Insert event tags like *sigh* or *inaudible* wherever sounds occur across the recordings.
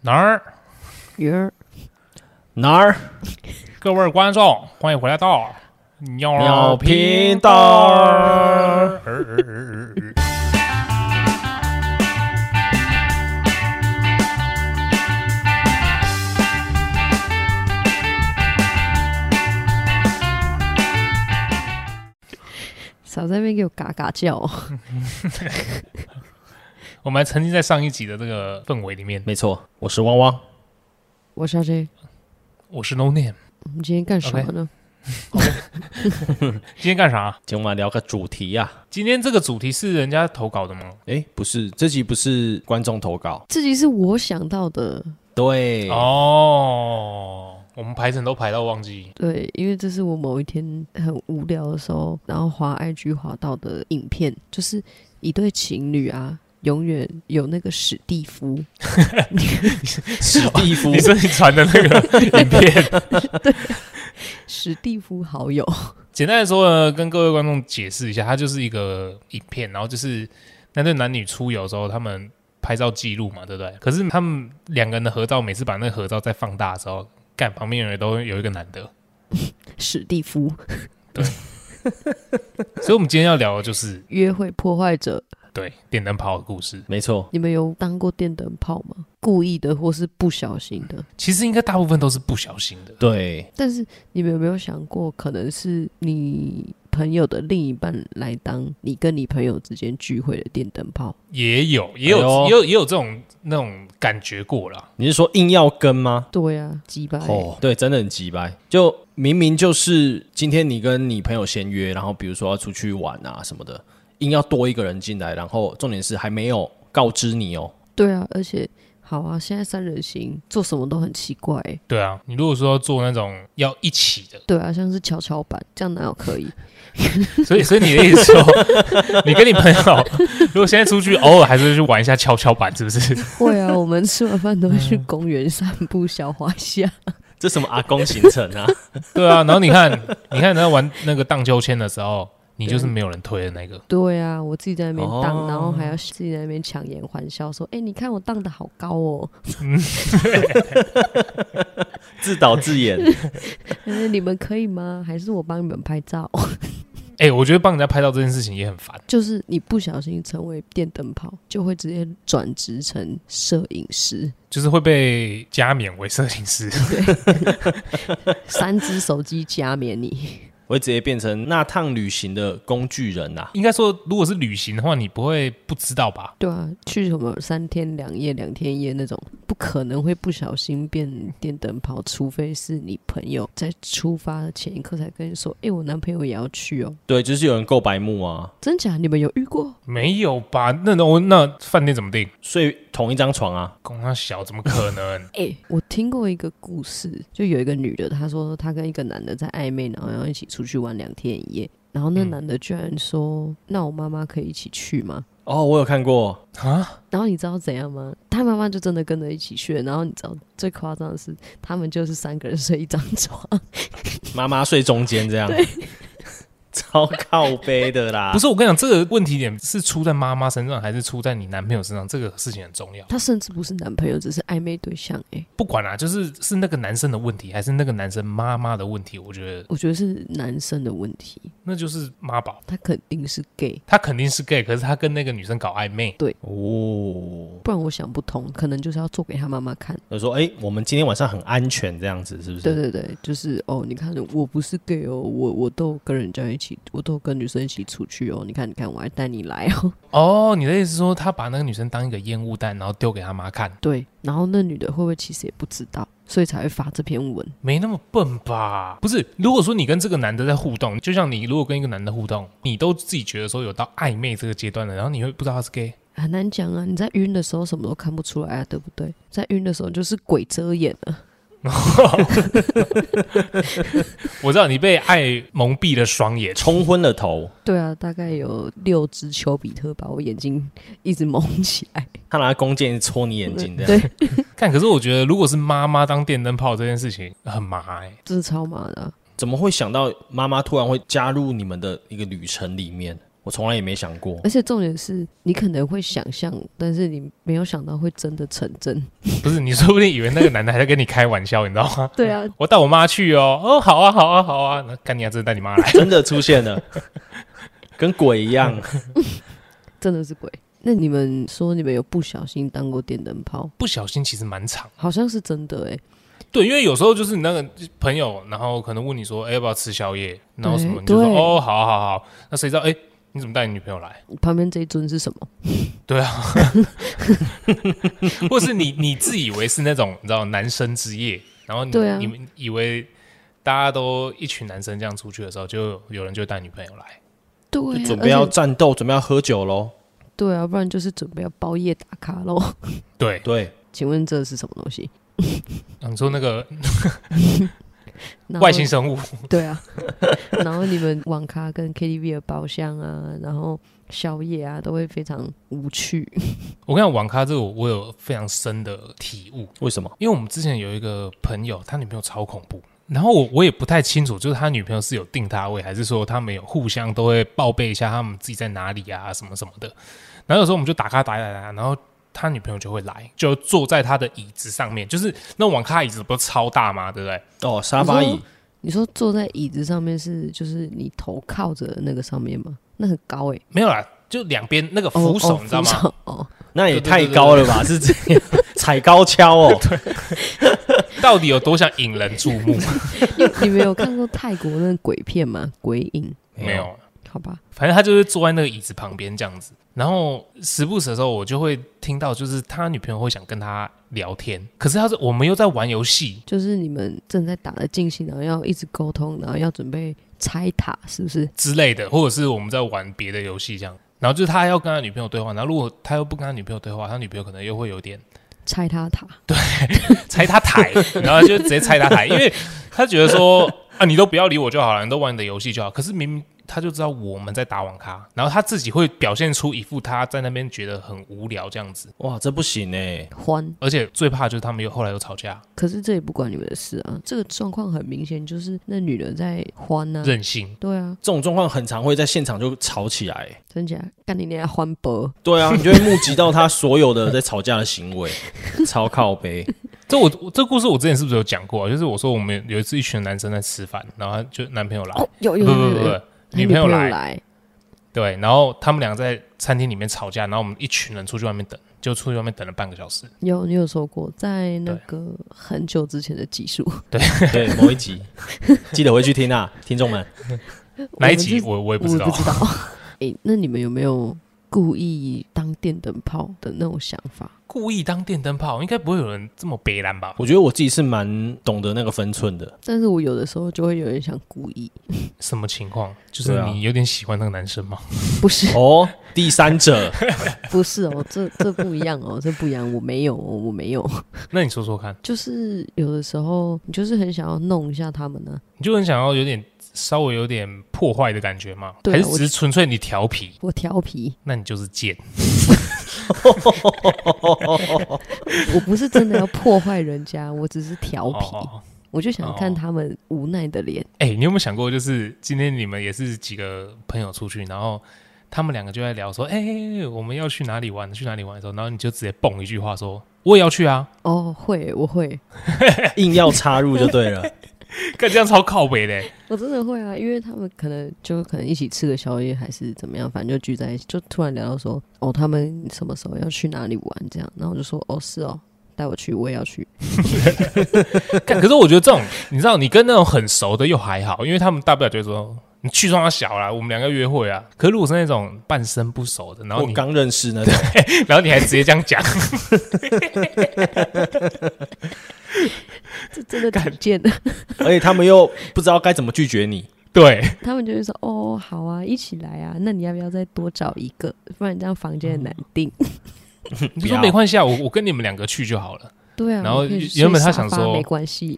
哪儿？鱼儿哪儿各位观众，欢迎回来到鸟鸟频频道道儿。儿儿儿儿儿少在那边给我嘎嘎叫， *laughs* 我们曾经在上一集的这个氛围里面，没错，我是汪汪。我是阿 J，我是 No Name。我们今天干什么呢？今天干啥？今晚聊个主题呀、啊？今天这个主题是人家投稿的吗？哎，不是，这集不是观众投稿，这集是我想到的，对，哦，我们排程都排到忘记。对，因为这是我某一天很无聊的时候，然后滑 IG 滑到的影片，就是一对情侣啊，永远有那个史蒂夫，史蒂夫你是你传的那个影片。史蒂夫好友， *laughs* 简单的说呢，跟各位观众解释一下，它就是一个影片，然后就是那对男女出游的时候，他们拍照记录嘛，对不对？可是他们两个人的合照，每次把那个合照再放大的时候，干旁边的人都会有一个男的。史蒂夫所以我们今天要聊的就是约会破坏者，对电灯泡的故事。没错，你们有当过电灯泡吗？故意的或是不小心的？其实应该大部分都是不小心的，对，但是你们有没有想过，可能是你朋友的另一半来当你跟你朋友之间聚会的电灯泡？也有也有、哎呦也有也有这种那种感觉过啦。你是说硬要跟吗？对啊，鸡巴、欸哦，对，真的很急掰。就明明就是今天你跟你朋友先约，然后比如说要出去玩啊什么的，硬要多一个人进来，然后重点是还没有告知你哦。对啊，而且好啊，现在三人行做什么都很奇怪、欸。对啊，你如果说要做那种要一起的，对啊，像是跷跷板这样哪有可 *laughs* 以？所以所以你的意思说， *laughs* 你跟你朋友如果现在出去，偶尔还是去玩一下跷跷板，是不是？会啊，我们吃完饭都会去公园散步、小滑一下。 *laughs* 这什么阿公行程 *laughs* 啊？对啊，然后你看，你看在玩那个荡秋千的时候，你就是没有人推的那个。 *laughs* 对啊，我自己在那边荡，哦然后还要自己在那边强颜欢笑，说：“哎、你看我荡的好高哦！自导自演，啊哎你们可以吗？还是我帮你们拍照？”哎、我觉得帮人家拍照这件事情也很烦。就是你不小心成为电灯泡，就会直接转职成摄影师， *laughs* 就是会被加冕为摄影师， *laughs* 三只手机加冕你。我会直接变成那趟旅行的工具人啊呐、应该说，如果是旅行的话，你不会不知道吧？ *laughs* 对啊，去什么三天两夜、两天一夜那种，不可能会不小心变电灯泡，除非是你朋友在出发的前一刻才跟你说：“哎、我男朋友也要去哦。对，就是有人够白目啊，” *laughs* 真假？你们有遇过？？没有吧？那那那饭店怎么定？睡同一张床啊，公他小怎么可能哎、我听过一个故事，就有一个女的，她说她跟一个男的在暧昧，然后要一起出去玩两天一夜，然后那嗯男的居然说：“那我妈妈可以一起去吗？”哦，我有看过， *laughs* 啊？然后你知道怎样吗？他妈妈就真的跟着一起去了。然后你知道最夸张的是，他们就是三个人睡一张床。 *laughs* 妈妈睡中间这样， *laughs* 超靠背的啦。啊不是，是，我跟你讲，这个问题点是出在妈妈身上，还是出在你男朋友身上？这个事情很重要。他甚至不是男朋友，只是暧昧对象、欸。哎，不管啦、就是是那个男生的问题，还是那个男生妈妈的问题，我觉得我觉得是男生的问题，那就是妈宝。他肯定是 gay，他肯定是 gay，可是他跟那个女生搞暧昧，哦，不然我想不通，可能就是要做给他妈妈看。就说哎、我们今天晚上很安全这样子，是不是？对对对，就是哦，你看我不是 gay 哦，我我都有跟人家一起，我都有跟女生一起出去哦。你看你看，我还带你来哦。 *laughs* 哦，你的意思是说他把那个女生当一个烟雾弹，然后丢给他妈看，对，然后那女的会不会其实也不知道，所以才会发这篇文？没那么笨吧？不是，如果说你跟这个男的在互动，就像你如果跟一个男的互动，你都自己觉得说有到暧昧这个阶段了，然后你会不知道他是 gay，很难讲啊，你在晕的时候什么都看不出来啊，对不对？在晕的时候就是鬼遮眼啊， *laughs* 我知道你被爱蒙蔽了双眼，冲昏了头，对啊，大概有六只丘比特把我眼睛一直蒙起 *laughs* 来，他拿弓箭戳你眼睛这样。对，看，可是我觉得如果是妈妈当电灯泡这件事情很麻哎、这是超麻的啊、怎么会想到妈妈突然会加入你们的一个旅程里面？我从来也没想过。而且重点是你可能会想象，但是你没有想到会真的成真。不是，你说不定以为那个男的还在跟你开玩笑，你知道吗？ *laughs* 对啊，我带我妈去哦，哦，好啊，好啊，好啊，那干你还真带你妈来，真的出现了， *laughs* 跟鬼一样。真的是鬼。那你们说你们有不小心当过电灯泡， *laughs* 不小心其实蛮长。好像是真的哎、对，因为有时候就是你那个朋友，然后可能问你说，哎，要不要吃宵夜？然后什么，对你就说，对哦，好啊好啊好啊。那谁知道，哎，你怎么带你女朋友来？旁边这一尊是什么？或是你你自以为是那种你知道男生之夜，然后你、对啊你们以为大家都一群男生这样出去的时候，就有人就带女朋友来，对就啊，准备要而且战斗，准备要喝酒喽。对啊，不然就是准备要包夜打卡喽。对，对， *laughs* 请问这是什么东西？啊你说那个然后外星生物， *laughs* 对啊，然后你们网咖跟 KTV 的包厢啊，然后宵夜啊，都会非常无趣。我跟你讲，网咖这个我我有非常深的体悟，为什么？因为我们之前有一个朋友，他女朋友超恐怖。然后我我也不太清楚，就是他女朋友是有定他位，还是说他们有互相都会报备一下他们自己在哪里啊，什么什么的。然后有时候我们就打卡打一打打，然后他女朋友就会来，就坐在他的椅子上面，就是那网咖椅子不是超大吗？对不对？哦，沙发你椅说你说坐在椅子上面是就是你头靠着那个上面吗？那很高哎、欸，没有啦，就两边那个哦扶手，哦你知道吗？扶手哦，那也对对太对高了吧？是这样踩高跷 *laughs* 哦。到底有多想引人注 *laughs* 目？你没有看过泰国那个鬼片吗？ *laughs* 鬼影，没有，好吧，反正他就是坐在那个椅子旁边这样子，然后时不时的时候，我就会听到，就是他女朋友会想跟他聊天，可是他是我们又在玩游戏，就是你们正在打的进行，然后要一直沟通，然后要准备拆塔，是不是？之类的，或者是我们在玩别的游戏这样。然后就是他要跟他女朋友对话，然后如果他又不跟他女朋友对话，他女朋友可能又会有点拆他塔，拆他台，然后就直接拆他台，因为他觉得说啊，你都不要理我就好了，你都玩你的游戏就好。可是明明他就知道我们在打网咖，然后他自己会表现出一副他在那边觉得很无聊这样子，哇，这不行哎。欢。而且最怕就是他们又后来又吵架，可是这也不关你们的事啊，这个状况很明显就是那女人在欢啊，任性。对啊，这种状况很常会在现场就吵起来。真假干你娘欢博，对 *laughs* 啊，你就会目击到他所有的在吵架的行 *laughs* 为，超靠 *laughs* 背。这我我这故事我之前是不是有讲过、啊？就是我说我们有一次一群男生在吃饭，然后他就男朋友来，哦，有不有不有不有不有不，他女朋哎朋友友来来，对，然后他们俩在餐厅里面吵架，然后我们一群人出去外面等，就出去外面等了半个小时。有你有说过，在那对个很久之前的集数，对，某一集记得回去听啊，听众们。哪一我们集这我我也我不知也道不，知道。 *laughs* 哎、那你们有没有故意当电灯泡的那种想法？故意当电灯泡，应该不会有人这么悲蓝吧？我觉得我自己是蛮懂得那个分寸的。但是我有的时候就会有点想故意，什么情况？就对是啊你有点喜欢那个男生吗？ *laughs* 不是 *laughs* 哦，第三 *laughs* 者，不是哦，这这不一样哦，这不一样，我没有哦，我没有，那你说说看，就是有的时候你就是很想要弄一下他们啊呢、你就很想要有点稍微有点破坏的感觉吗？对啊还是我只是纯粹你调皮？我调皮，那你就是贱。我不是真的要破坏人家，我只是调皮，哦我就想看他们无奈的脸。哎、你有没有想过，就是今天你们也是几个朋友出去，然后他们两个就在聊说，哎、我们要去哪里玩？去哪里玩的时候，然后你就直接蹦一句话说，我也要去啊， *laughs* 哦，会，我会，硬要插入就对了。干这样超靠北的、欸。我真的会啊，因为他们可能就可能一起吃个宵夜，还是怎么样，反正就聚在一起，就突然聊到说，哦，他们什么时候要去哪里玩这样，然后我就说，哦，是哦，带我去，我也要去。干可是我觉得这种，你知道，你跟那种很熟的又还好，因为他们大不了就说你去装他小啦，我们两个约会啊。可是如果是那种半生不熟的，然后我你，刚认识那种，然后你还直接这样讲， *laughs* *laughs* 这真的挺贱的。而且他们又不知道该怎么拒绝你。对，他们就会说：“哦，好啊，一起来啊。那你要不要再多找一个？不然这样房间很哦难订。你说没关系啊，我我跟你们两个去就好了。对啊，然后我可以原本他睡想沙发说没关系，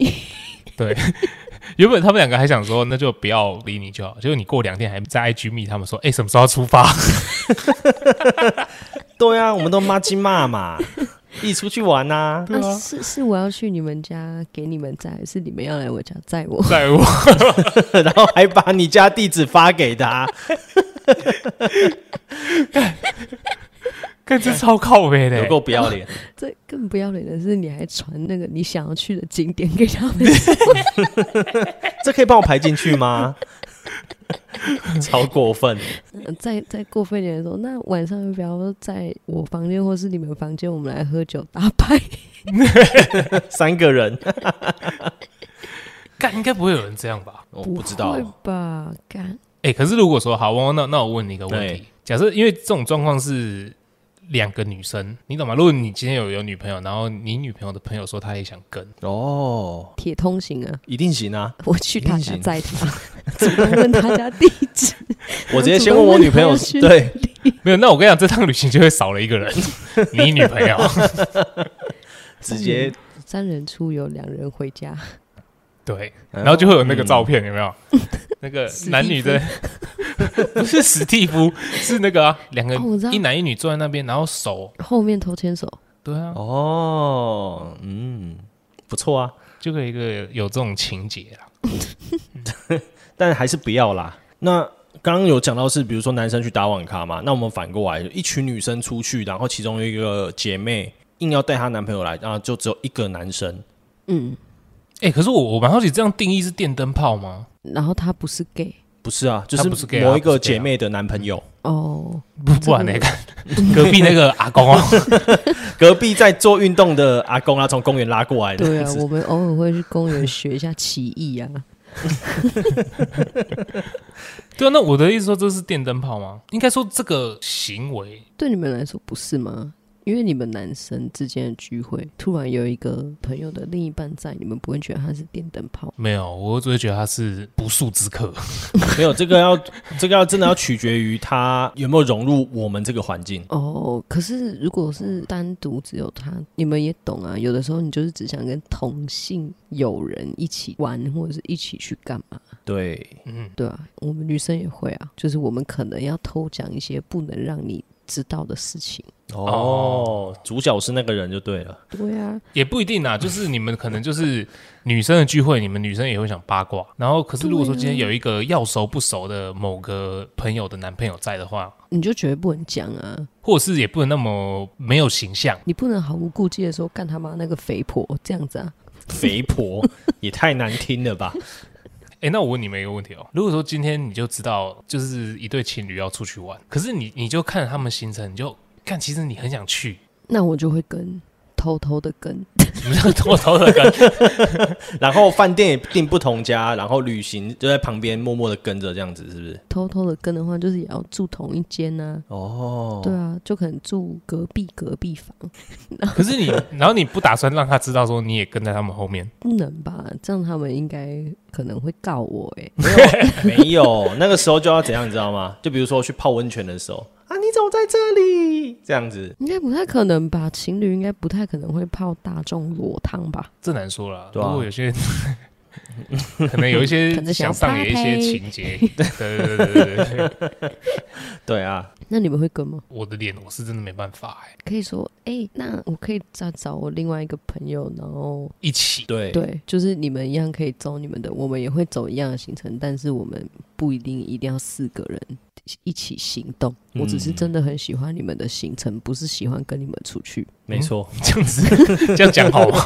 原本他们两个还想说，那就不要理你就好。结果你过两天还在 IG 密他们说，哎、什么时候要出发？对啊，我们都妈鸡骂嘛， *laughs* 一起出去玩 *laughs* 呐、啊是是我要去你们家给你们载，还是你们 *laughs* 要来我家载我？在我。然后还把你家地址发给他。看这超靠北的有欸，够不要脸。这更不要脸的是，你还传那个你想要去的景点给他们，这可以帮我排进去吗？超过分！ *laughs* 呃再再过分一点说，那晚上要不要在我房间或是你们房间，我们来喝酒打牌？三个人，干应该不会有人这样吧？我不知道会吧？干，哎、可是如果说好，汪汪，那那我问你一个问题对：假设因为这种状况是两个女生，你懂吗？如果你今天有有女朋友，然后你女朋友的朋友说她也想跟，哦，铁通行啊，一定行啊！我去他一定家行载他， *laughs* 主动问他家地址，我直接先问我女朋友，主动问她要对去，没有，那我跟你讲，这趟旅行就会少了一个 *laughs* 人，你女朋友。 *laughs* 直接，三人出游，两人回家，对，嗯然后就会有那个照片，片，有没 *laughs* 有？那个史蒂夫男女的 *laughs* 不是史蒂夫，是那个啊两、哦我知个道一男一女坐在那边，然后手后面头牵手，对啊，哦，嗯，不错啊，就可以一个有这种情节啊。但还是不要啦。那刚刚有讲到是，比如说男生去打网咖嘛，那我们反过来，一群女生出去，然后其中有一个姐妹硬要带她男朋友来，然后就只有一个男生，嗯，哎、可是我我蛮好奇，这样定义是电灯泡吗？然后他不是 gay 不是啊，就她不是 gay 啊某一不个是 gay 啊姐妹的男朋友，哦，不不然那个 *laughs* 隔壁那个阿公啊，隔壁在做运动的阿公啊，从公园拉过来的，对啊，我们偶尔会去公园学一下棋艺啊，对啊，那我的意思说这是电灯泡吗？应该说这个行为对你们来说不是吗？因为你们男生之间的聚会，突然有一个朋友的另一半在，你们不会觉得他是电灯泡？没有，我只会觉得他是不速之客。 *laughs* 没有这个要，这个要真的要取决于他有没有融入我们这个环境。哦，可是如果是单独只有他，你们也懂啊。有的时候你就是只想跟同性友人一起玩，或者是一起去干嘛，对，嗯，对啊，我们女生也会啊，就是我们可能要偷讲一些不能让你知道的事情。哦，主角是那个人就对了。对啊，也不一定啊，就是你们可能就是女生的聚会，你们女生也会想八卦。然后，可是如果说今天有一个要熟不熟的某个朋友的男朋友在的话，你就绝对不能讲啊，或者是也不能那么没有形象。你不能毫无顾忌的说干他妈那个肥婆这样子啊。肥 *laughs* 婆也太难听了吧？哎、那我问你们一个问题哦，如果说今天你就知道就是一对情侣要出去玩，可是你你就看着他们行程，你就看其实你很想去，那我就会跟偷偷的跟，什么叫偷偷的跟？然后饭店也订不同家，然后旅行就在旁边默默的跟着，这样子是不是？ *laughs* 偷偷的跟的话，就是也要住同一间呐、哦，对啊，就可能住隔壁隔壁房， *laughs* 可是你然后你不打算让他知道说你也跟在他们后面，不能吧？这样他们应该可能会告我哎、没有，那个时候就要怎样，你知道吗？就比如说去泡温泉的时候啊，你怎么在这里？这样子，应该不太可能吧？情侣应该不太可能会泡大众裸汤吧？这难说了。对啊如果有些 *laughs* 可能有一些可能想想上演一些 party 情节，对对对对对对，对啊，那你们会跟吗？我的脸我是真的没办法哎、可以说，哎、那我可以再找我另外一个朋友，然后一起对，对，就是你们一样可以走你们的，我们也会走一样的行程，但是我们不一定一定要四个人一起行动。我只是嗯真的很喜欢你们的行程，不是喜欢跟你们出去。没错， *laughs* 这样子这样讲好吗？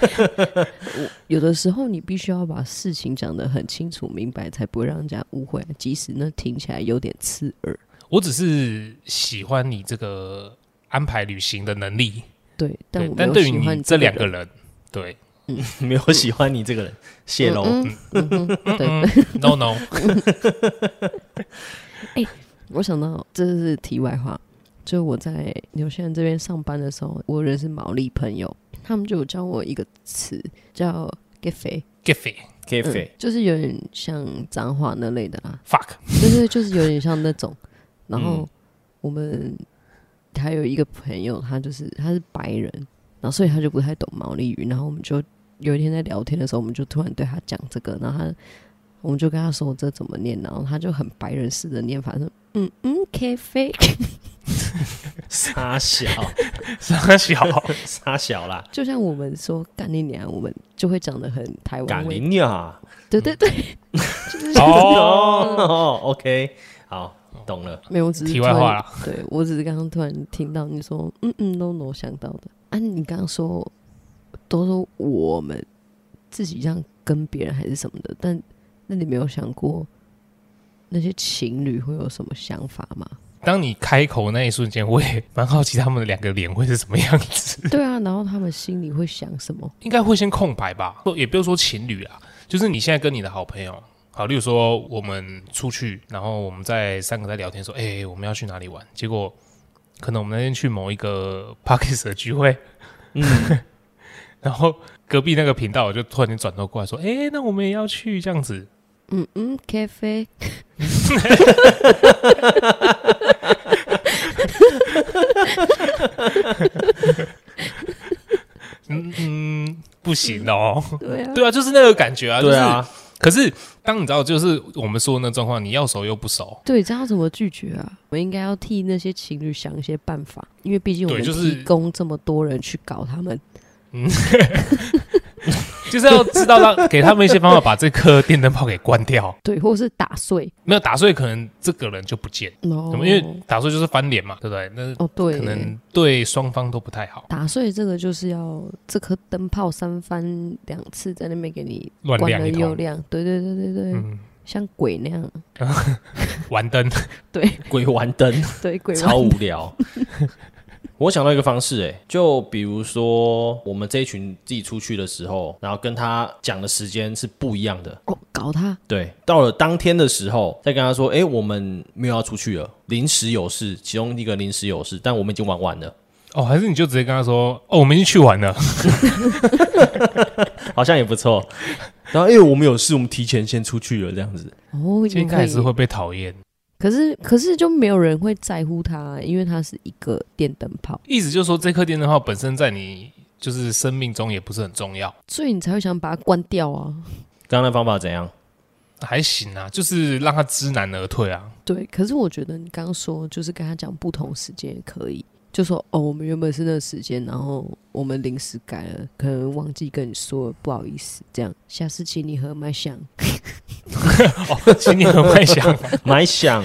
*laughs* 有的时候你必须要把事情讲得很清楚明白，才不会让人家误会，即使那听起来有点刺耳。我只是喜欢你这个安排旅行的能力，对，但对我，没但有对于喜欢你你这个两人个人，对没有喜欢你这个人，谢喽。嗯嗯嗯嗯对， *laughs* ，no no，我想到这是题外话，就我在纽西兰这边上班的时候，我认识毛利朋友，他们就有教我一个词叫 “get 肥 get fit 可以”，嗯肥，就是有点像脏话那类的啦， fuck， *laughs* 对对，就是有点像那种。然后我们还有一个朋友，他就是他是白人，然后所以他就不太懂毛利语。然后我们就有一天在聊天的时候，我们就突然对他讲这个，然后他我们就跟他说这怎么念，然后他就很白人式的念法，说嗯嗯咖啡，傻小傻小， *laughs* 傻小啦，就像我们说干你娘，我们就会讲的很台湾敢 *laughs* 味，你呀！嗯对对对，就是哦哦，OK，好，懂了。没有，我只是题外突然话啦对我只是刚刚突然听到你说，嗯嗯，no no 想到的啊，你刚刚说都说我们自己这样跟别人还是什么的，但那你没有想过那些情侣会有什么想法吗？当你开口那一瞬间，我也蛮好奇他们两个脸会是什么样子， *laughs* *laughs* 对啊，然后他们心里会想什么？应该会先空白吧？不也不用说情侣啦，就是你现在跟你的好朋友，好，例如说我们出去，然后我们在三个在聊天说，哎、我们要去哪里玩？结果可能我们那天去某一个 *laughs* p a r k e s 的聚会，嗯， *laughs* 然后隔壁那个频道我就突然间转头过来说，哎、那我们也要去这样子，嗯嗯，咖啡，嗯嗯，不行哦，对啊， *laughs* 对啊，就是那个感觉啊，对啊，就是。可是当你知道，就是我们说的那状况，你要熟又不熟， *laughs* 对，这样怎么拒绝啊？我们应该要替那些情侣想一些办法，因为毕竟我们对就是提供这么多人去搞他们，就是要知道让给他们一些方法，把这颗电灯泡给关掉。 *laughs* 对，或是打碎，没有打碎，可能这个人就不见，哦怎么？因为打碎就是翻脸嘛，对不对？那哦，对，可能对双方都不太好，打碎这个就是要这颗灯泡三番两次在那边给你乱关亮了一又通，亮，对对对对对，嗯，像鬼那样，玩灯， *laughs* 对鬼玩灯，对鬼超玩无聊。 *laughs* 我想到一个方式、欸，就比如说我们这一群自己出去的时候，然后跟他讲的时间是不一样的。哦，搞他，对，到了当天的时候，再跟他说，哎、我们没有要出去了，临时有事，其中一个临时有事，但我们已经玩完了，哦，还是你就直接跟他说，哦，我们已经去玩 *laughs* 了，好像也不错。 *laughs* 然后，哎、我们有事，我们提前先出去了，这样子。哦，应也该可还以是，会被讨厌。可是可是就没有人会在乎他，啊因为他是一个电灯泡，意思就是说，这颗电灯泡本身在你就是生命中也不是很重要，所以你才会想把它关掉啊。刚刚的方法怎样？还行啊，就是让他知难而退 *laughs* 啊。对，可是我觉得你刚刚说就是跟他讲不同时间也可以，就说哦，我们原本是那个时间，然后我们临时改了，可能忘记跟你说了，不好意思，这样下次请你喝麦香。哦，请你很会想，买想。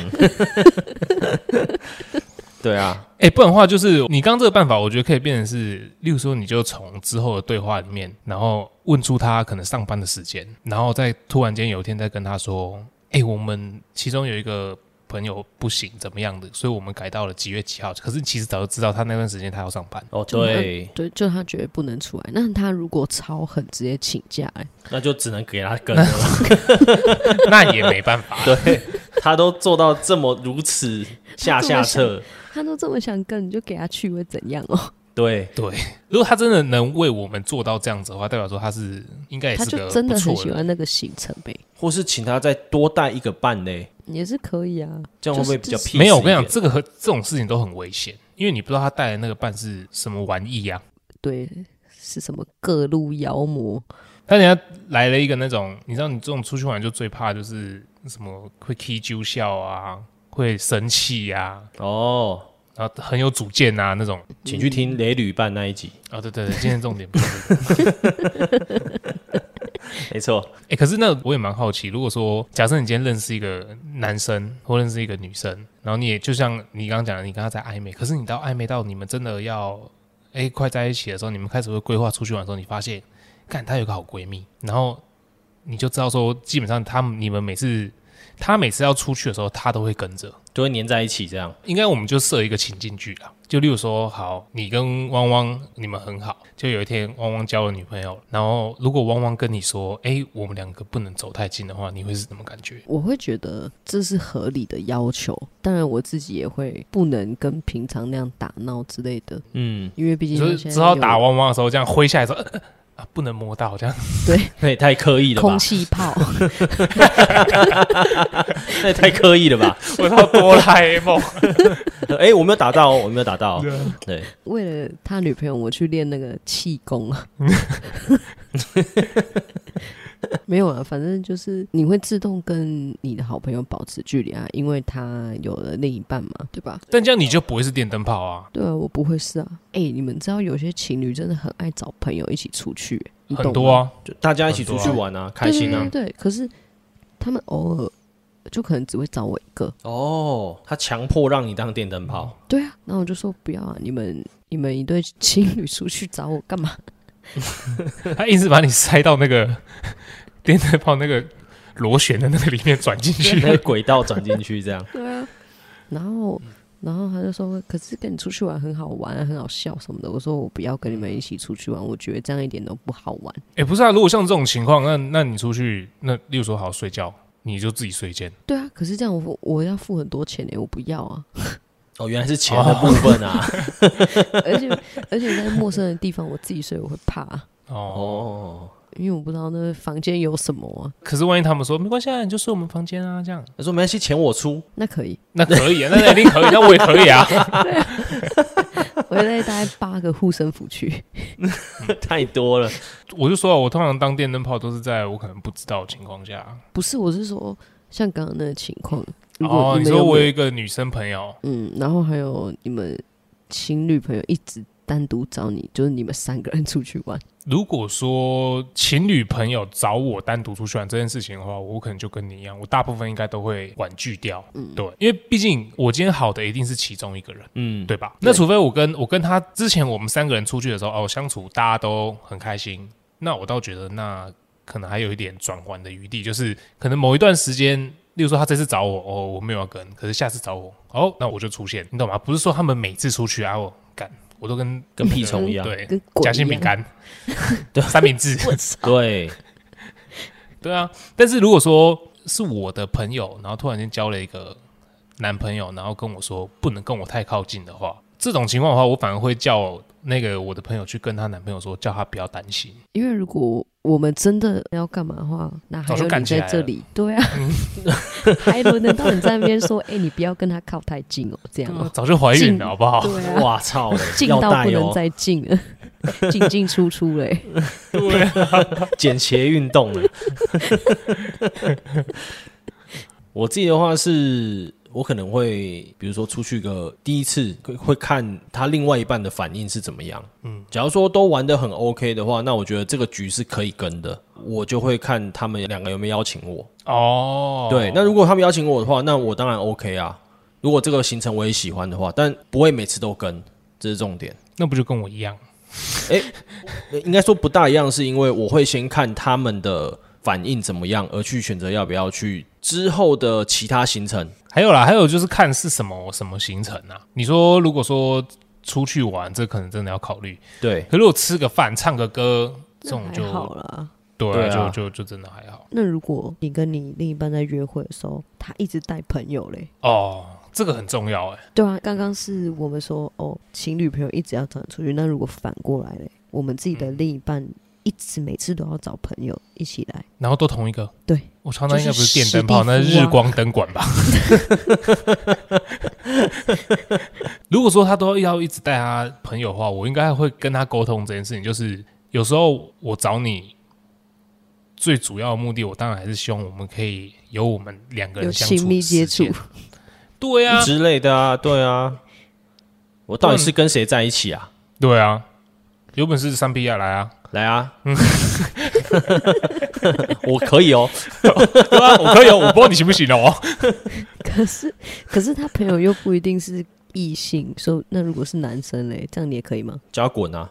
对啊，哎、不然的话，就是你刚刚这个办法，我觉得可以变成是，例如说，你就从之后的对话里面，然后问出他可能上班的时间，然后再突然间有一天再跟他说，哎、我们其中有一个朋友不行，怎么样的，所以我们改到了几月几号。可是你其实早就知道他那段时间他要上 *laughs* 班，哦就对，对，就他觉得不能出来。那他如果超狠，直接请假、欸，那就只能给他跟了。那也没办法。对他都做到这么如此下下策，他都这么想跟，你就给他去会怎样哦？对对，如果他真的能为我们做到这样子的话，代表说他是应哎该也他是就个真不的很错喜人。欢那个行程呗，或是请他再多带一个伴嘞，也是可以啊。这样会不会比较就是 peace 没有，我跟你一讲，点这个和这种事情都很危险，因为你不知道他带的那个伴是什么玩意啊。对，是什么各路妖魔？但人家来了一个那种，你知道，你这种出去玩就最怕就是什么会 k 揪笑啊，会生气呀、哦，然后很有主见啊那种。请嗯去听雷旅伴那一集，哦，对对对，今天重点不是这个。没错，哎、可是那我也蛮好奇，如果说假设你今天认识一个男生或认识一个女生，然后你也就像你刚刚讲的，你跟他在暧昧，可是你到暧昧到你们真的要哎、快在一起的时候，你们开始会规划出去玩的时候，你发现，干她有个好闺蜜，然后你就知道说，基本上他们你们每次她每次要出去的时候，她都会跟着。就会粘在一起这样。应该我们就设一个情境剧啦，就例如说，好，你跟汪汪你们很好，就有一天汪汪交了女朋友，然后如果汪汪跟你说，哎、我们两个不能走太近的话，你会是什么感觉？我会觉得这是合理的要求，当然我自己也会不能跟平常那样打闹之类的，嗯，因为毕你竟就是他现在知道有打汪汪的时候，这样挥下来说、呃呃啊，不能摸到这样，那也太刻意了吧空，气炮， *laughs* 那也太刻意了吧？我到哆啦 A 梦，哎，我没有打到哦，我没有 *laughs* 打到哦，对，为了他女朋友，我去练那个气功啊。 *laughs* 没有啊，反正就是你会自动跟你的好朋友保持距离啊，因为他有了另一半嘛，对吧？但这样你就不会是电灯泡啊，对啊，我不会是啊。哎、你们知道有些情侣真的很爱找朋友一起出去、你懂很多吗啊，就大家一起出去玩啊，开对心啊对对，对可是他们偶尔就可能只会找我一个。哦，他强迫让你当电灯泡， *laughs* 对啊，然后我就说不要啊，你们你们一对情侣出去找我干嘛？。他硬是把你塞到那个 *laughs* 电灯泡那个螺旋的那个里面转进去。那个轨道转进去这样对啊，然后然后他就说，可是跟你出去玩很好玩啊，很好笑什么的。我说我不要跟你们一起出去玩，我觉得这样一点都不好玩。哎、不是啊，如果像这种情况，那那你出去，那例如说好睡觉，你就自己睡一间。对啊，可是这样我我要付很多钱呢、我不要啊。哦，原来是钱的部分啊。而且而且在陌生的地方，我自己睡我会怕啊、哦，哦，因为我不知道那房间有什么啊。可是万一他们说没关系啊，你就睡我们房间啊，这样他说没关系，钱我 *laughs* 出。那可以，那可以啊，那那一定可以，那我也可以啊。 *laughs* 我在大概八个护身符去。太多了，我就说、啊，我通常当电灯泡都是在我可能不知道的情况下。不是，我是说像刚刚那个情况，如哦果，你们说有我没有有一个女生朋友，嗯，然后还有你们情侣朋友一直单独找你，就是你们三个人出去玩，如果说情侣朋友找我单独出去玩这件事情的话，我可能就跟你一样，我大部分应该都会婉拒掉。嗯对，因为毕竟我今天好的一定是其中一个人。嗯，对吧？那除非我跟我跟他之前我们三个人出去的时候，哦，相处大家都很开心，那我倒觉得那可能还有一点转换的余地，就是可能某一段时间，例如说他这次找我，哦，我没有要跟，可是下次找我，哦，那我就出现，你懂吗？不是说他们每次出去啊，我干，我都跟跟屁虫一样。对跟鬼夹一心饼样。干对、三明治，对，对啊。但是如果说是我的朋友，然后突然间交了一个男朋友，然后跟我说不能跟我太靠近的话，这种情况的话，我反而会叫那个我的朋友去跟她男朋友说，叫他不要担心。 *laughs* 因为如果我们真的要干嘛的话，那还早就有干你起在来这了里，对啊，嗯还轮得到你在那边说，哎、你不要跟他靠太近哦，这样 *laughs* 哦，早就怀孕近了，好不好？ *laughs* 对啊，哇操，近要到带不能哦，再近了， *laughs* 进进出出欸嘞、 *laughs* 啊减鞋运 *laughs* 动了。我自己的话是，我可能会，比如说出去个第一次，会会看他另外一半的反应是怎么样。嗯，假如说都玩的很 OK 的话，那我觉得这个局是可以跟的，我就会看他们两个有没有邀请我。哦，对，那如果他们邀请我的话，那我当然 OK 啊。如果这个行程我也喜欢的话，但不会每次都跟，这是重点。那不就跟我一样？呃应该说不大一样，是因为我会先看他们的反应怎么样，而去选择要不要去之后的其他行程。还有啦，还有就是看是什么什么行程啊。你说如果说出去玩，这可能真的要考虑。对，可如果吃个饭、唱个歌，这那种还就好啦。对对啊就就就真的还好。那如果你跟你另一半在约会的时候，他一直带朋友嘞，哦，这个很重要哎、对啊，刚刚是我们说哦，情侣朋友一直要找你出去，那如果反过来嘞，我们自己嗯的另一半一直每次都要找朋友一起来，然后都同一个。对，我常常应该不是电灯就泡，是那是史蒂夫啊日光灯管吧。 *laughs* 如果说他都要一直带他朋友的话，我应该会跟他沟通这件事情。就是有时候我找你，最主要的目的，我当然还是希望我们可以有我们两个有人相处亲密接触的时间。对啊，之类的啊，对啊。我到底是跟谁在一起啊？对啊，有本事三 P 亚来啊！来啊， *laughs* 我可以哦。对啊，我可 *laughs* 以哦，我不知道你行不行哦。 *laughs* 可是可是他朋友又不一定是异性，说那如果是男生嘞，这样你也可以吗？叫他滚啊！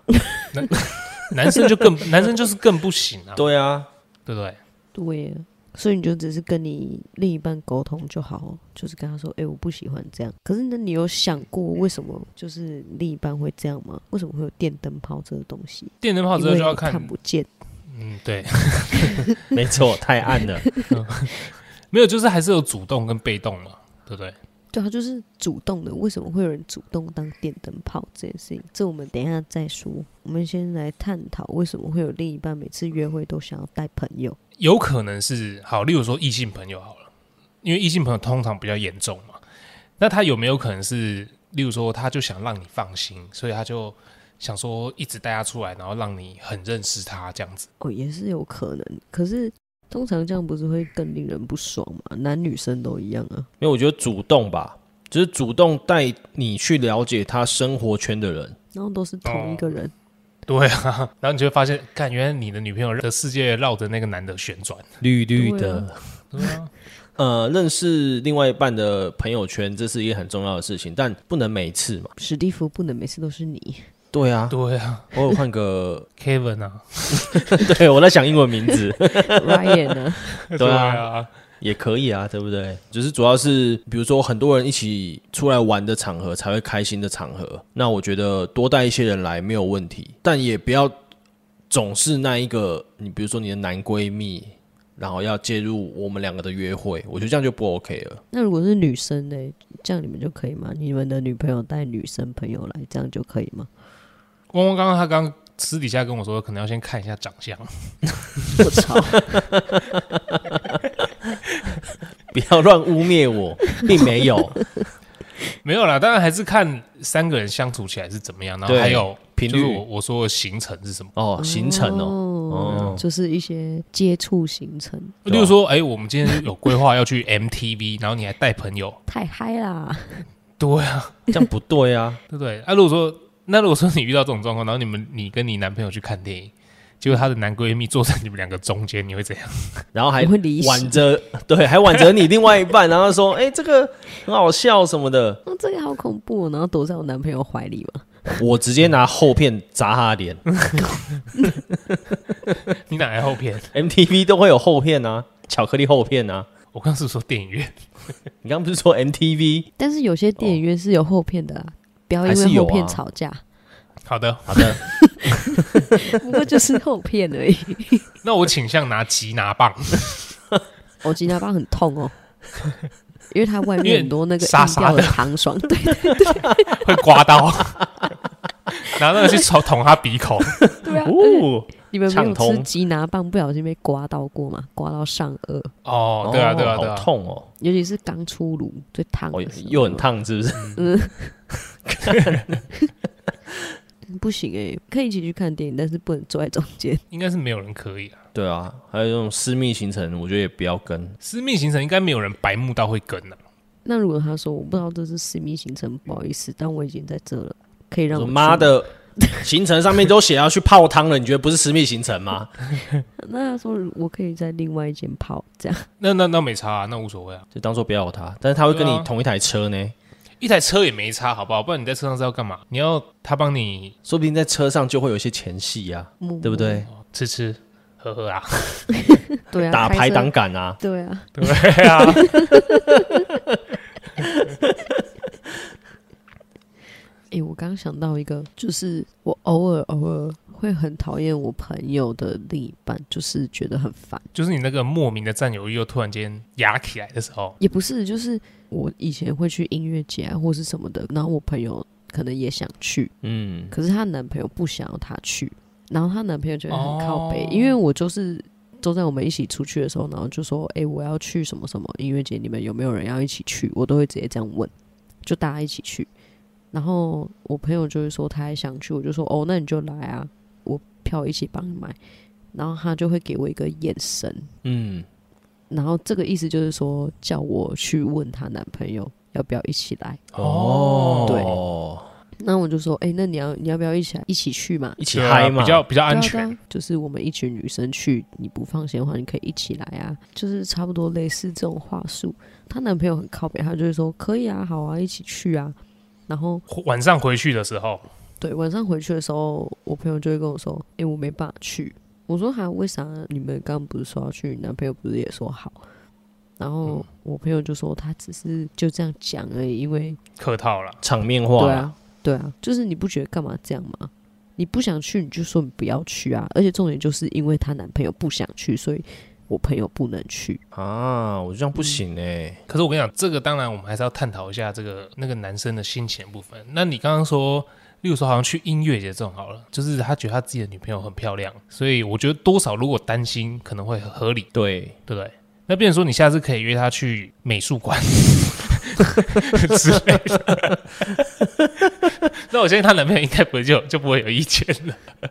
男生就更，男生就是更不行啊， *laughs* 对啊，对不对？对啊，所以你就只是跟你另一半沟通就好，就是跟他说，哎、我不喜欢这样。可是那你有想过为什么就是另一半会这样吗？为什么会有电灯泡这个东西？电灯泡之因后为哦就要你看，看不见，嗯，对，没错，太暗 *laughs* 了。没有，就是还是有主动跟被动嘛，对不对？对啊，就是主动的。为什么会有人主动当电灯泡这件事情？这我们等一下再说。我们先来探讨为什么会有另一半每次约会都想要带朋友。有可能是好，例如说异性朋友好了，因为异性朋友通常比较严重嘛。那他有没有可能是，例如说，他就想让你放心，所以他就想说一直带他出来，然后让你很认识他这样子。哦，也是有可能。可是通常这样不是会更令人不爽吗？男女生都一样啊。因为我觉得主动吧，就是主动带你去了解他生活圈的人。然后都是同哦一个人，对啊，然后你就会发现，看，原来你的女朋友的世界绕着那个男的旋转。绿绿对啊的，对啊，呃，认识另外一半的朋友圈，这是一个很重要的事情，但不能每一次嘛。史蒂夫不能每次都是你， *laughs* 对啊，对啊偶尔 *laughs* 换个， ，Kevin 啊，对我在想英文名字 Ryan 呢、对啊啊，也可以啊，对不对？只是主要是，比如说很多人一起出来玩的场合才会开心的场合，那我觉得多带一些人来没有问题，但也不要总是那一个，你比如说你的男闺蜜，然后要介入我们两个的约会，我觉得这样就不 OK 了。那如果是女生呢？这样你们就可以吗？你们的女朋友带女生朋友来，这样就可以吗？汪汪刚刚他刚私底下跟我说，可能要先看一下长相，我操！不要乱污蔑我，并没有没有啦，当然还是看三个人相处起来是怎么样，然后对还有频 *laughs* 就是率我我说的行程是什么。哦，行程 *laughs* 哦，哦就是一些接触行程，对啊例如说，哎、我们今天有规划要去 MTV，然后你还带朋友，太嗨啦！对啊，这样不对啊。对不对？啊，如果说那如果说你遇到这种状况，然后你们你跟你男朋友去看电影，结果她的男闺蜜坐在你们两个中间，你会怎样？ *laughs* 然后还你会离席挽着，对，还挽着你另外一半，然后说，哎、这个很好笑什么的，哦，这个好恐怖、哦，然后躲在我男朋友怀里嘛，我直接拿厚片砸他的脸你哪来后片？ ，MTV 都会有厚片啊，巧克力厚片啊，我刚是不是说电影院，你刚刚不是说 MTV？但是有些电影院是有后片的、啊，不要因还是为有后啊片吵架，好的，好的，不过就是后片而已。那我倾向拿吉拿棒， *laughs* 我吉拿棒很痛哦，因为它外面很多那因个为沙硬沙掉的的糖霜，对，会刮到， *laughs* 拿那个去捅捅他鼻孔。对啊，哦，你们没有畅通吃吉拿棒不小心被刮到过吗？刮到上颚，哦，对啊，对啊，对好啊，痛哦，尤其是刚出炉最烫哦的时候，又很烫，是不是？不行哎、可以一起去看电影，但是不能坐在中间。应该是没有人可以啊。 *laughs* 对啊，还有这种私密行程，我觉得也不要跟，私密行程应该没有人白目到会跟啊。那如果他说我不知道这是私密行程，不好意思，但我已经在这了，可以让我我妈去吗。的。行程上面都写要去泡汤了，你觉得不是私密行程吗？那他说我可以在另外一间泡，这样那那那没差、啊，那无所谓啊，就当做不要有他，但是他会跟对你啊同一台车呢，一台车也没差，好不好？不然你在车上是要干嘛？你要他帮你说不定在车上就会有一些前戏啊，摸摸 *laughs* 对不？对？吃吃喝喝 *laughs* 啊，对啊，打开排车挡。杆啊，对啊，对啊。诶，我刚想到一个，就是我偶尔偶尔会很讨厌我朋友的另一半，就是觉得很烦。 *laughs* 就是你那个莫名的占有欲又突然间压起来的时候，也不是，就是我以前会去音乐节啊或是什么的，然后我朋友可能也想去，嗯，可是她男朋友不想要她去，然后她男朋友觉得很靠北，哦因为我就是都在我们一起出去的时候，然后就说，哎、我要去什么什么音乐节，你们有没有人要一起去？我都会直接这样问，就大家一起去。然后我朋友就会说他也想去，我就说哦，那你就来啊，我票一起帮你买。然后他就会给我一个眼神，嗯，然后这个意思就是说叫我去问她男朋友要不要一起来。哦对，那我就说，哎、那你要你要不要一起来一起去嘛？一起对啊嗨嘛，比较比较对安啊全。对啊就是我们一群女生去，你不放心的话，你可以一起来啊，就是差不多类似这种话术。她男朋友很靠北，他就会说可以啊，好啊，一起去啊。然后晚上回去的时候，对晚上回去的时候，我朋友就会跟我说，诶，我没办法去。我说哈，为啥？你们刚刚不是说要去？你男朋友不是也说好？然后我朋友就说他只是就这样讲而已，因为客套了。场面化，对，啊，对啊，就是你不觉得干嘛这样吗？你不想去，你就说你不要去啊！而且重点就是因为她男朋友不想去，所以我朋友不能去。啊，我这样不嗯行哎，可是我跟你讲，这个当然我们还是要探讨一下这个那个男生的心情的部分。那你刚刚说，例如说好像去音乐节这种好了，就是他觉得他自己的女朋友很漂亮，所以我觉得多少如果担心可能会很合理，对，对不对？那变成说你下次可以约他去美术馆 *laughs* 之类的。 *laughs* 那我相信她男朋友应该不会就就不会有意见了。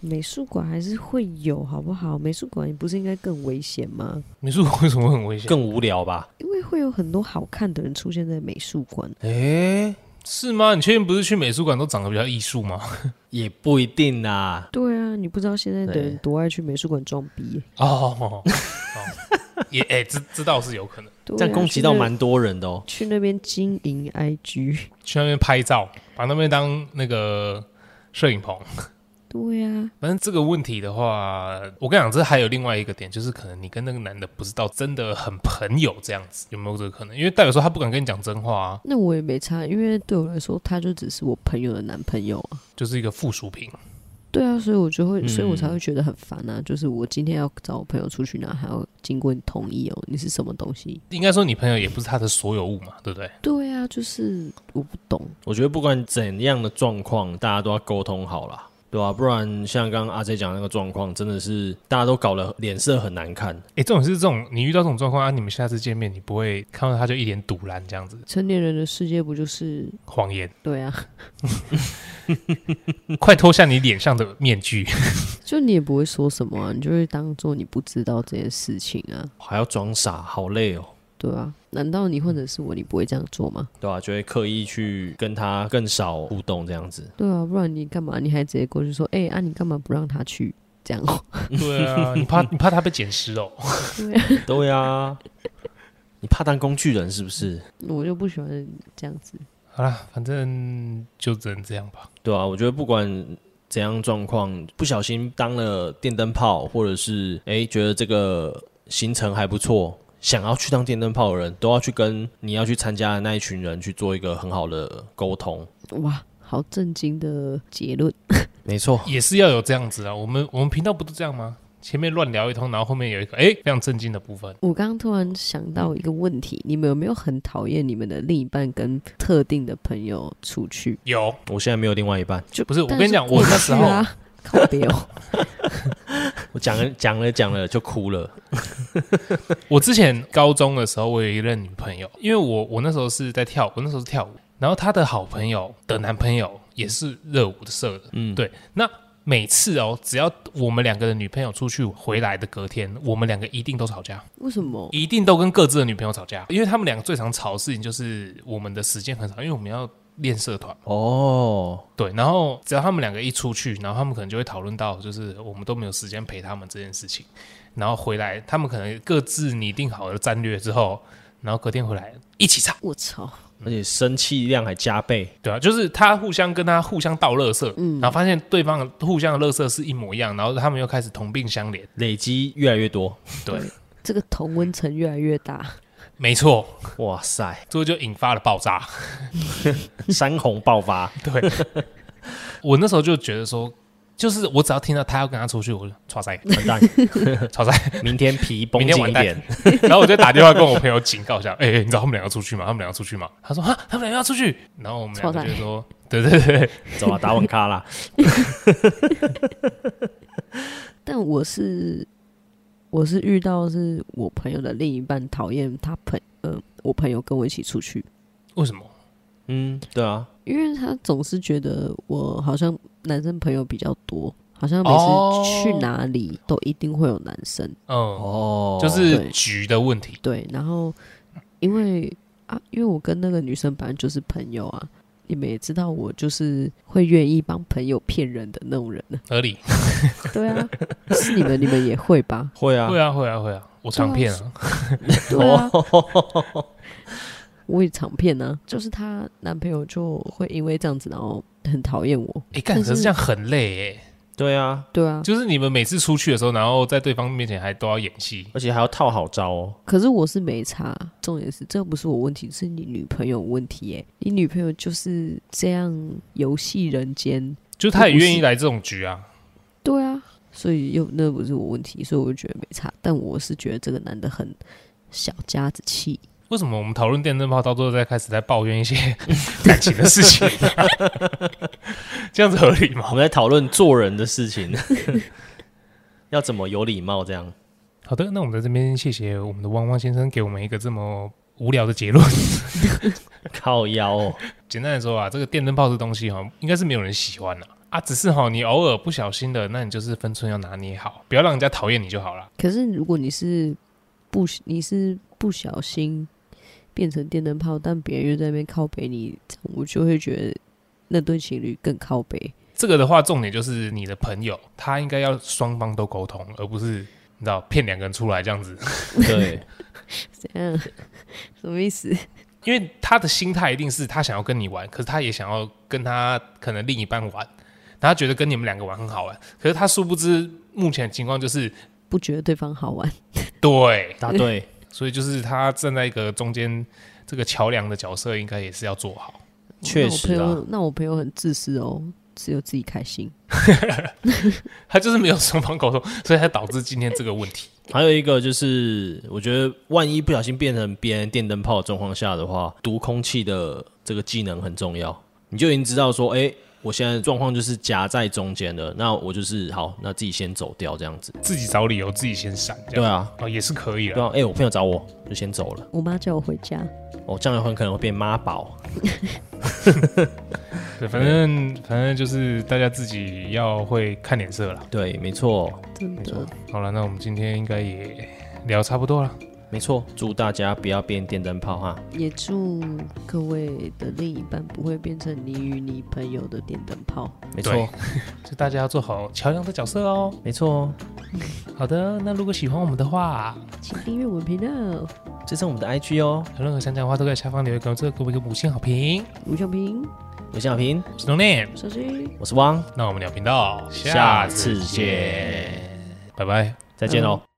美术馆还是会有，好不好？美术馆你不是应该更危险吗？美术馆为什么会很危险？更无聊吧？因为会有很多好看的人出现在美术馆。哎，是吗？你确定不是去美术馆都长得比较艺术吗？也不一定啦，啊对啊，你不知道现在的对人多爱去美术馆装逼耶、哦，哦也哎、这这倒是有可能。对啊这样攻击到蛮多人的哦。去那去那边经营 IG，去那边拍照，把那边当那个摄影棚。 *laughs* 对啊，反正这个问题的话，我跟你讲，这还有另外一个点，就是可能你跟那个男的不是到真的很朋友这样子，有没有这个可能？因为代表说他不敢跟你讲真话、啊，那我也没差，因为对我来说，他就只是我朋友的男朋友啊。就是一个附属品。对啊，所以我就会，嗯所以我才会觉得很烦啊。就是我今天要找我朋友出去呢，还要经过你同意哦，你是什么东西？应该说你朋友也不是他的所有物嘛，对不对？对啊，就是我不懂。我觉得不管怎样的状况，大家都要沟通好啦，对吧、不然像刚刚阿 J 讲的那个状况，真的是大家都搞得脸色很难看。哎、这种是这种，你遇到这种状况啊，你们下次见面，你不会看到他就一脸堵然这样子，成年人的世界不就是谎 *laughs* 言，对啊？ *laughs* 快脱下你脸上的面具。就你也不会说什么啊、你就会当做你不知道这件事情啊，还要装傻，好累哦，对啊？难道你或者是我，你不会这样做吗？对吧、就会刻意去跟他更少互动这样子。对啊，不然你干嘛？你还直接过去说，哎、啊，你干嘛不让他去？这样 *laughs* 哦，对啊， *laughs* 你怕你怕他被捡尸哦。对呀、你怕当工具人是不是？我就不喜欢这样子。好啦，反正就只能这样吧。对啊，我觉得不管怎样状况，不小心当了电灯泡，或者是哎、诶觉得这个行程还不错，想要去当电灯泡的人，都要去跟你要去参加的那一群人去做一个很好的沟通。哇，好震惊的结论！没错，也是要有这样子啊。我们我们频道不都这样吗？前面乱聊一通，然后后面有一个哎、诶非常震惊的部分。我刚刚突然想到一个问题，你们有没有很讨厌你们的另一半跟特定的朋友出去？有，我现在没有另外一半，就不是我但跟你讲我过那时去啊 *laughs* 靠别哦，我讲了讲了讲了就哭了。我之前高中的时候，我有一任女朋友，因为我我那时候是在跳，我那时候是跳舞，然后她的好朋友的男朋友也是热舞的社的，嗯，对那每次哦，只要我们两个的女朋友出去回来的隔天，我们两个一定都吵架，为什么？一定都跟各自的女朋友吵架，因为他们两个最常吵的事情就是我们的时间很少，因为我们要练社团。哦，对，然后只要他们两个一出去，然后他们可能就会讨论到，就是我们都没有时间陪他们这件事情。然后回来，他们可能各自拟定好了战略之后，然后隔天回来一起吵。我操！而且生气量还加倍。对啊，就是他互相跟他互相倒垃圾，然后发现对方的互相的垃圾是一模一样，然后他们又开始同病相怜。累积越来越多，对，这个同温层越来越大，没错，哇塞， *laughs* 最后就引发了爆炸。山洪爆发，对，我那时候就觉得说，就是我只要听到他要跟他出去，我就 *laughs* 抓塞完蛋， *laughs* 抓塞，明天皮绷明天紧完一蛋点， *laughs* 然后我就打电话跟我朋友警告一下，哎、欸你知道他们两个出去吗？他们两个出去吗？他说啊，他们两个要出去。然后我们两个错在就说，对对对，走啊，打网咖啦。但我是我是遇到是我朋友的另一半讨厌他朋呃我朋友跟我一起出去，为什么？ *laughs* 嗯，对啊，因为他总是觉得我好像男生朋友比较多，好像每哦次去哪里都一定会有男生。嗯，哦，就是对局的问题。对，然后因为啊，因为我跟那个女生本来就是朋友啊，你们也知道我就是会愿意帮朋友骗人的那种人呢、合理。对啊，是你们，你们也会吧？会啊，会啊，会啊，会啊，我常骗啊。对啊，哦我也常骗呢、就是她男朋友就会因为这样子，然后很讨厌我。哎，干，但是可是这样很累哎。 *laughs* 对啊，对啊，就是你们每次出去的时候，然后在对方面前还都要演戏。而且还要套好招哦。可是我是没差，重点是这不是我问题，是你女朋友问题耶、你女朋友就是这样游戏人间，就是他也愿意来这种局啊。对啊，所以又那不是我问题，所以我就觉得没差。但我是觉得这个男的很小家子气，为什么我们讨论电灯泡，到最后再开始在抱怨一些 *laughs* 感情的事情、 *laughs* 这样子合理我吗？们在讨论做人的事 *laughs* 情，要怎么有礼貌这样。好的，那我们在这边谢谢我们的汪汪先生给我们一个这么无聊的结论。 *laughs* 靠腰哦，简单来说啊，这个电灯泡这东西哈，应该是没有人喜欢啦。啊，只是哈，你偶尔不小心的，那你就是分寸要拿捏好，不要让人家讨厌你就好了。可是如果你是不你是不小心变成电灯泡，但别人又在那边靠北你，这样我就会觉得那对情侣更靠北。这个的话，重点就是你的朋友，他应该要双方都沟通，而不是你知道骗两个人出来这样子， *laughs* *laughs* 对，怎样？什么意思？因为他的心态一定是他想要跟你玩，可是他也想要跟他可能另一半玩，然后他觉得跟你们两个玩很好玩，可是他殊不知目前的情况就是不觉得对方好玩？对，答对，所以就是他站在一个中间这个桥梁的角色，应该也是要做好。确实那我朋啊，友，那我朋友很自私哦，只有自己开心。他就是没有双方沟通，所以才导致今天这个问题。还有一个就是，我觉得万一不小心变成别人电灯泡的状况下的话，读空气的这个技能很重要。你就已经知道说，哎、我现在的状况就是夹在中间的，那我就是好，那自己先走掉这样子。自己找理由，自己先闪，这对样啊，哦也是可以对的。啊，哎、我朋友找我就先走了。我妈叫我回家，哦，这样很可能会变妈宝。对，反正反正就是大家自己要会看脸色啦。对，没错，真的好了，那我们今天应该也聊差不多了。没错。祝大家不要变电灯泡哈。也祝各位的另一半不会变成你与你朋友的电灯泡。没错对，就大家要做好桥梁的角色哦。没错哦。好的，那如果喜欢我们的话，请订阅我们频道，这是我们的 IG 哦。有任何想讲的话都可以下方留言给我，这个给我们一个五星好评。吴小平，我是小平，我是 n a 小心。我是汪，那我们聊频道，下次见，拜拜。再见喽。哦嗯